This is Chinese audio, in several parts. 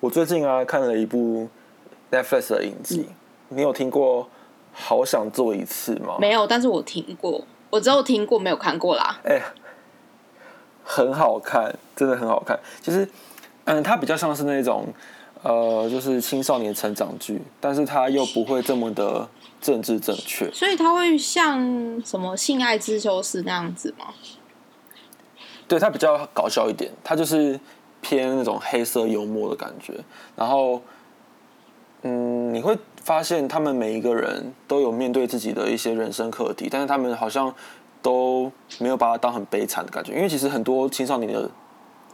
我最近啊看了一部 Netflix 的影集，你有听过《好想做一次》吗？没有，但是我听过，我只有听过，没有看过啦。哎、很好看，真的很好看。就是，嗯，它比较像是那种，呃，就是青少年成长剧，但是它又不会这么的政治正确。所以他会像什么性爱自修室那样子吗？对，它比较搞笑一点，它就是偏那种黑色幽默的感觉。然后，嗯，你会发现他们每一个人都有面对自己的一些人生课题，但是他们好像都没有把它当很悲惨的感觉，因为其实很多青少年的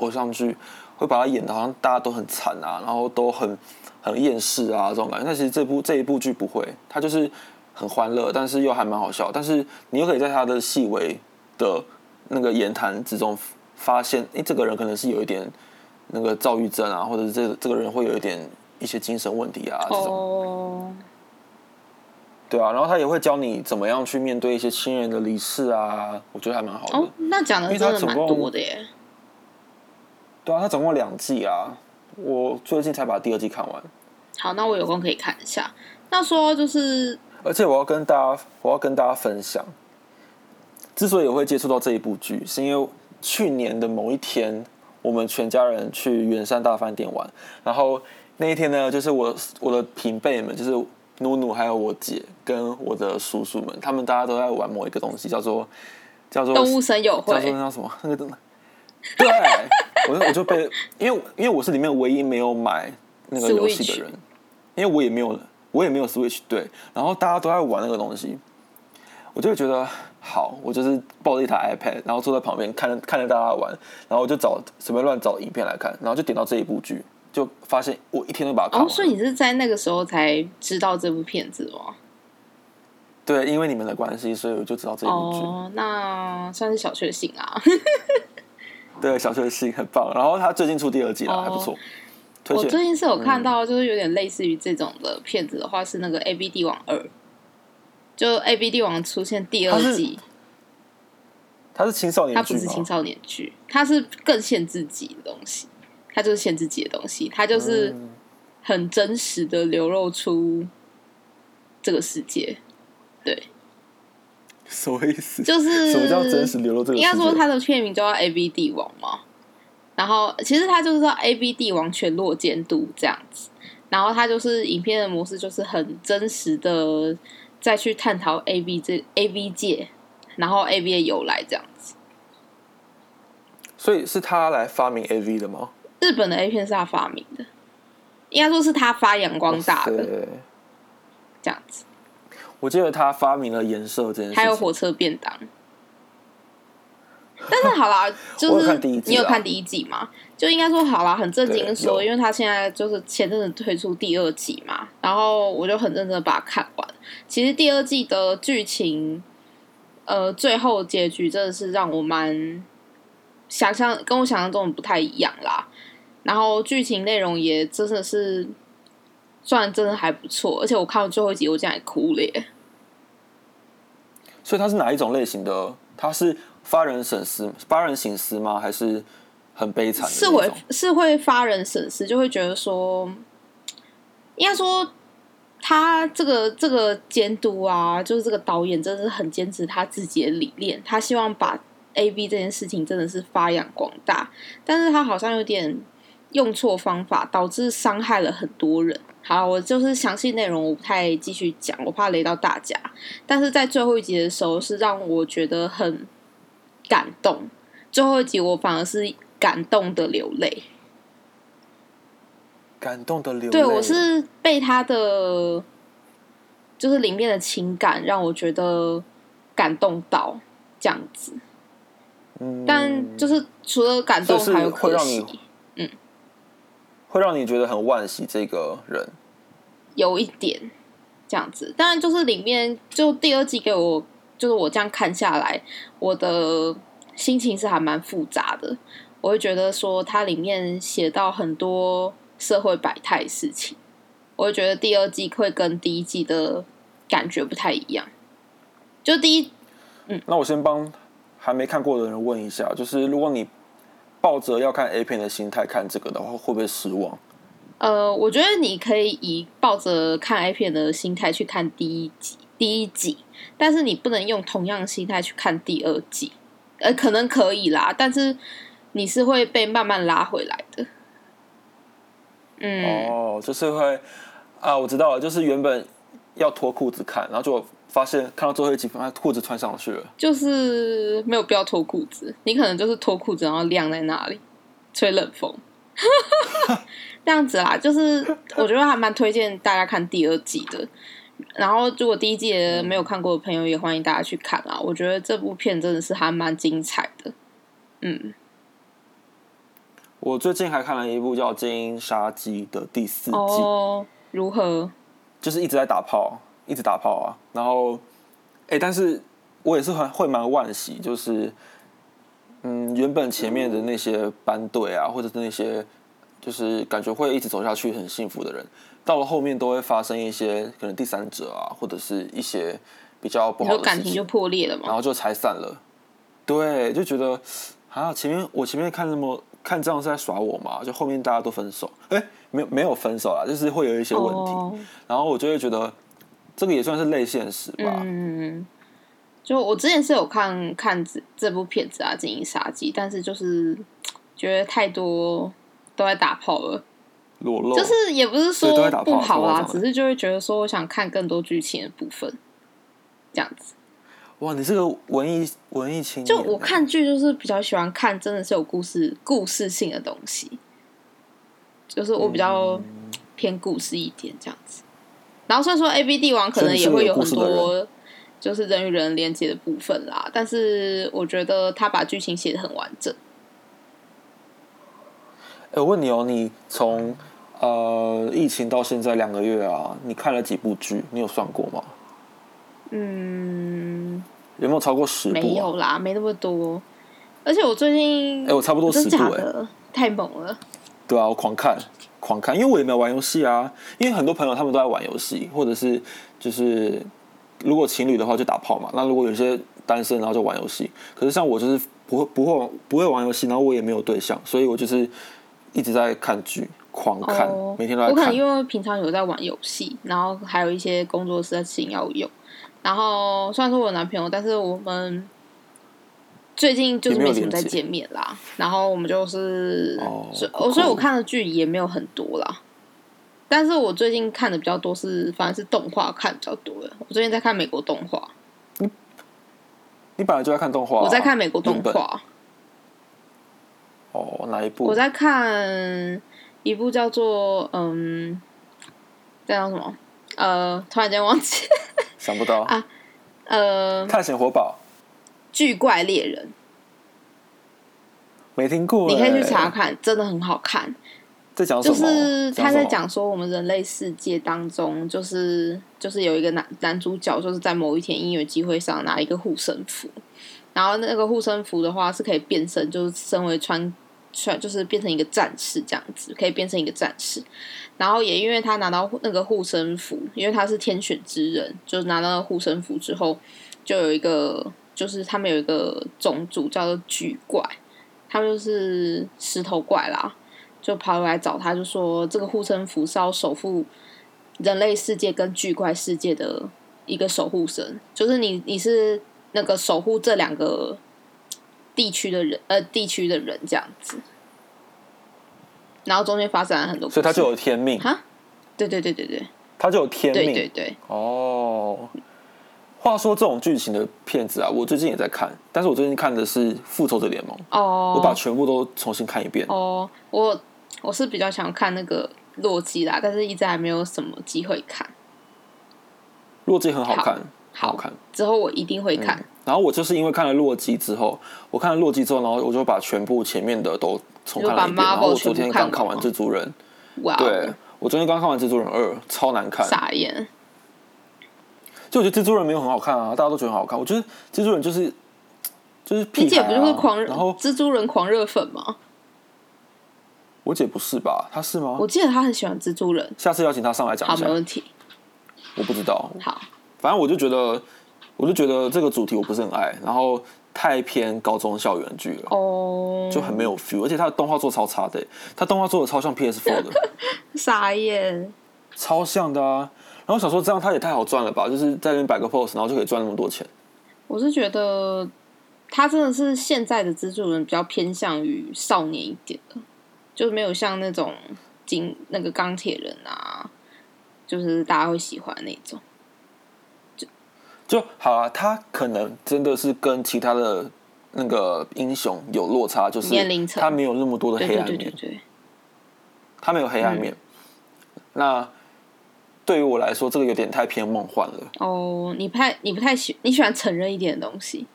偶像剧会把它演的好像大家都很惨啊，然后都很很厌世啊这种感觉。但其实这部这一部剧不会，它就是很欢乐，但是又还蛮好笑，但是你又可以在它的细微的那个言谈之中发现，诶、这个人可能是有一点那个躁郁症啊，或者是这这个人会有一点一些精神问题啊这种。哦，对啊，然后他也会教你怎么样去面对一些亲人的离世啊，我觉得还蛮好的。哦，那讲因的为它真的蛮总共多的耶。对啊，他总共两季啊，我最近才把第二季看完。好，那我有空可以看一下。那说就是而且我要跟大家，我要跟大家分享，之所以我会接触到这一部剧，是因为去年的某一天，我们全家人去圆山大饭店玩，然后那一天呢，就是我我的平辈们，就是努努还有我姐跟我的叔叔们，他们大家都在玩某一个东西，叫做叫做动物森友叫做会，那叫什么？ 那个真的，对，我就我就被，因为因为我是里面唯一没有买那个游戏的人，因为我也没有我也没有 Switch，对，然后大家都在玩那个东西，我就会觉得好，我就是抱着一台 iPad，然后坐在旁边看着看着大家玩，然后我就找随便乱找影片来看，然后就点到这一部剧，就发现我一天都把它看哦，完。所以你是在那个时候才知道这部片子哦吗？对，因为你们的关系，所以我就知道这一部剧。哦，那算是小确幸啊。对，小确幸很棒。然后他最近出第二季了，还不错，推哦我荐。最近是有嗯看到，就是有点类似于这种的片子的话，是那个《A B 帝王二》，就《A B 帝王》出现第二它是季，他是青少年它剧不吗？是青少年剧，它是更限制级的东西，它就是限制级的东西，它就是嗯很真实的流露出这个世界， 什么意思？就是什么叫真实流露这个世应界？该说它的片名叫《A B 帝王》嘛，然后其实它就是叫《A B 帝王全落监督》这样子，然后它就是影片的模式就是很真实的再去探讨 A B 这 A B 界，然后 A B 的由来这样子。所以是他来发明 AV 的吗？日本的 A 片是他发明的，应该说是他发扬光大的对，这样子，我记得他发明了颜色这件事情。还有火车便当。 但是好 啦，就我有是看第一季你有啦看第一季吗？就应该说好啦，很震惊对的说，有因为他现在就是前阵子推出第二季嘛，然后我就很认真地把它看完。其实第二季的剧情，呃，最后结局真的是让我蛮想象跟我想象中的不太一样啦。然后剧情内容也真的是算真的还不错，而且我看到最后一集，我竟然也哭了耶！所以他是哪一种类型的？他是发人省思、发人省思吗？还是很悲惨的那是种？会是会发人深思，就会觉得说，应该说他这个这个监督啊，就是这个导演真的是很坚持他自己的理念，他希望把 A B 这件事情真的是发扬光大，但是他好像有点用错方法，导致伤害了很多人。好，我就是详细内容我不太继续讲，我怕雷到大家。但是在最后一集的时候，是让我觉得很感动。最后一集我反而是感动的流泪，感动的流泪。对我是被他的就是里面的情感让我觉得感动到这样子，嗯，但就是除了感动所以是还有会可让你惜，会让你觉得很惋惜这个人。有一点这样子。当然，就是里面就第二季给我，就是我这样看下来，我的心情是还蛮复杂的。我会觉得说，它里面写到很多社会百态的事情，我会觉得第二季会跟第一季的感觉不太一样。就第一，那我先帮还没看过的人问一下，就是如果你抱着要看 A 片的心态看这个的话，会不会失望？呃，我觉得你可以以抱着看 A 片的心态去看第一集，第一集，但是你不能用同样的心态去看第二季。呃，可能可以啦，但是你是会被慢慢拉回来的。嗯，哦，就是会啊，我知道了，就是原本要脱裤子看，然后就发现看到最后一集，发现裤子穿上去了。就是没有必要脱裤子，你可能就是脱裤子然后晾在那里，吹冷风， 这样子啦。就是我觉得还蛮推荐大家看第二季的。然后，如果第一季的没有看过的朋友，也欢迎大家去看啊！我觉得这部片真的是还蛮精彩的。嗯，我最近还看了一部叫《精英杀机》的第四季，哦，如何？就是一直在打炮，一直打炮啊。然后，哎、但是我也是很会蛮惋惜，就是，嗯，原本前面的那些班队啊，或者是那些就是感觉会一直走下去很幸福的人，到了后面都会发生一些可能第三者啊，或者是一些比较不你好说的事感情就情，破裂了吗然？后就拆散了。对，就觉得啊，前面我前面看那么看这样是在耍我嘛，就后面大家都分手，哎、没有没有分手啦，就是会有一些问题。哦然后我就会觉得这个也算是类现实吧。嗯，就我之前是有看看这这部片子啊，《金银杀机》，但是就是觉得太多都在打炮了，裸露就是也不是说哦对都在打炮不好说到啦，这只是就会觉得说我想看更多剧情的部分，这样子。哇，你是个文艺文艺青年，就我，看剧就是比较喜欢看真的是有故事故事性的东西，就是我嗯比较偏故事一点这样子。然后虽然说 A B 帝王可能也会有很所以你是个有故多就是人与人连接的部分啦，但是我觉得他把剧情写的很完整。哎、我问你哦，你从呃疫情到现在两个月啊，你看了几部剧？你有算过吗？嗯，有没有超过十部、啊？没有啦，没那么多。而且我最近哎、我差不多真十的假部哎、的太猛了，对啊，我狂看狂看，因为我也没有玩游戏啊，因为很多朋友他们都在玩游戏，或者是就是如果情侣的话就打炮嘛，那如果有些单身然后就玩游戏，可是像我就是不会不会不会玩游戏，然后我也没有对象，所以我就是一直在看剧，狂看，哦，每天都在我可能看。因为平常有在玩游戏，然后还有一些工作室的事情要用。然后虽然说我有男朋友，但是我们最近就是也没有没什么连在接见面啦。然后我们就是，哦所以酷酷所以我看的剧也没有很多啦。但是我最近看的比较多是，反而是动画看比较多了。我最近在看美国动画，你本来就在看动画啊、我在看美国动原本画，哦，哪一部？我在看一部叫做嗯，这叫什么？呃，突然间忘记了，想不到，啊呃，探险活宝巨怪猎人，没听过、欸，你可以去查。看，真的很好看。在讲什就么？是哦他什在么，讲说，我们人类世界当中，就是就是有一个男男主角，就是在某一天因缘机会上拿一个护身符，然后那个护身符的话是可以变身，就是身为穿穿就是变成一个战士这样子，可以变成一个战士。然后也因为他拿到那个护身符，因为他是天选之人，就是拿到那个护身符之后，就有一个就是他们有一个种族叫做巨怪，他们就是石头怪啦。就跑来找他，就说这个护身符是要守护人类世界跟巨怪世界的一个守护神，就是你你是那个守护这两个地区的人，呃，地区的人这样子。然后中间发展了很多故事，所以他就有天命，哈，对对对对对他就有天对命。对对，哦，话说这种剧情的片子啊，我最近也在看，但是我最近看的是《复仇者联盟》，哦，我把全部都重新看一遍。哦，我我是比较想看那个洛基啦，但是一直还没有什么机会看，洛基很好看，好看。嗯之后我一定会看。然后我就是因为看了洛基之后，我看了洛基之后，然后我就把全部前面的都重看了一你遍。就把然后 Marvel 我昨天刚看完《蜘蛛人》，嗯哇、哦对我昨天刚看完《蜘蛛人二》，超难看。傻眼。就我觉得蜘蛛人没有很好看啊，大家都觉得很好看。我觉得蜘蛛人就是就是你屁姐孩、啊，不就是狂热然后蜘蛛人狂热粉吗？我姐不是吧？她是吗我？记得她很喜欢蜘蛛人。下次邀请她上来讲好，啊一下没。问题。我不知道，好，反正我就觉得，我就觉得这个主题我不是很爱，然后太偏高中校园剧了，哦，就很没有 feel。而且他的动画做超差的欸、他动画做的超像 PS4 的，傻眼，超像的啊。然后想说这样他也太好赚了吧，就是在那边摆个 pose，然后就可以赚那么多钱。我是觉得他真的是现在的蜘蛛人比较偏向于少年一点的，就是没有像那种金那个钢铁人啊，就是大家会喜欢那种。就好了，他可能真的是跟其他的那个英雄有落差，就是年龄层他没有那么多的对黑对暗对面，对对，他没有黑暗面。嗯那对于我来说，这个有点太偏梦幻了。哦，你不太你不太喜你喜欢承认一点的东西，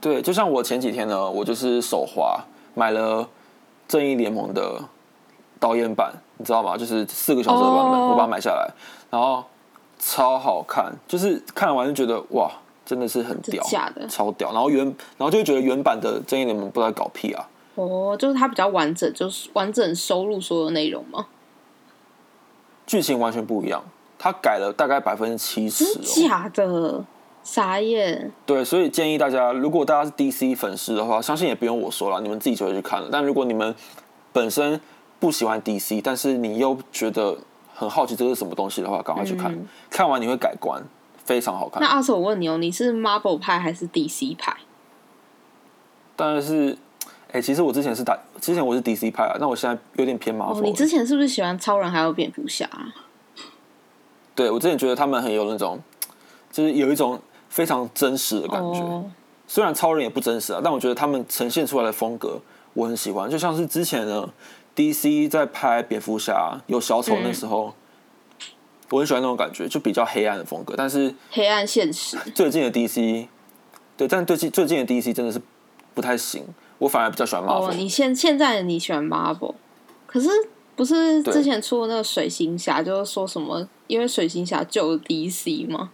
对，就像我前几天呢，我就是手滑买了《正义联盟》的导演版，你知道吗？就是四个小时的版本哦我把它买下来，然后超好看，就是看完就觉得哇，真的是很真屌，假的？超屌。然后原然后就会觉得原版的《正义联盟》不知道在搞屁啊。哦，就是它比较完整，就是完整收录所有内容吗？剧情完全不一样，他改了大概百分之七十真哦。假的？傻眼，对，所以建议大家，如果大家是 DC 粉丝的话，相信也不用我说了，你们自己就会去看了。但如果你们本身不喜欢 DC，但是你又觉得很好奇这是什么东西的话，赶快去看，嗯看完你会改观，非常好看那。二手我问你哦，你是 Marvel 派还是 DC 派？但是，哎、其实我之前是打，之前我是 DC 派啊，那我现在有点偏 m a 哦，你之前是不是喜欢超人还有蝙蝠侠啊？对我之前觉得他们很有那种，就是有一种非常真实的感觉。哦，虽然超人也不真实啊，但我觉得他们呈现出来的风格我很喜欢。就像是之前呢，DC 在拍蝙蝠侠有小丑嗯那时候，我很喜欢那种感觉，就比较黑暗的风格。但是黑暗现实，最近的 DC，对，但最近最近的 DC 真的是不太行，我反而比较喜欢哦， Marvel。你现现在你喜欢 Marvel，可是不是对之前出的那个水行侠，就是说什么因为水行侠救了 DC 吗？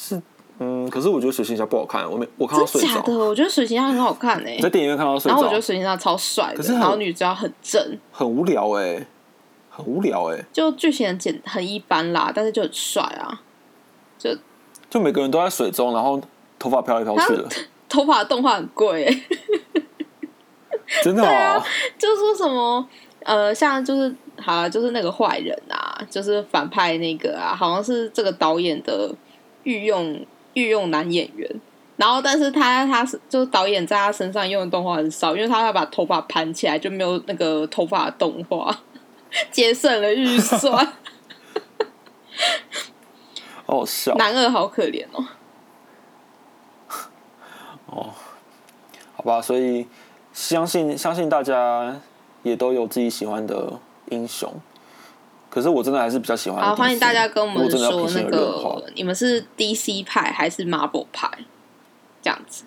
是，嗯，可是我觉得水行侠不好看，我没我看到睡真假着的，，我觉得水行侠很好看诶、我在电影院看到睡然后我着觉，得水行侠超帅可的，是很然后女主角很正，很无聊哎、很无聊哎、就剧情很简很一般啦，但是就很帅啊。就每个人都在水中，然后头发飘来飘去啊的，头发动画很贵、 欸，真的、啊哦。就是说什么呃，像就是好了，就是那个坏人啊，就是反派那个啊，好像是这个导演的御用御用男演员。然后，但是他他是就是导演在他身上用的动画很少，因为他要把头发盘起来，就没有那个头发的动画， 节省了预算。好好笑。男二好可怜哦，好吧，所以相信相信大家也都有自己喜欢的英雄，可是我真的还是比较喜欢。好，欢迎大家跟我如们果真的要说平心那而论的话个你们是 DC 派还是 Marvel 派这样子。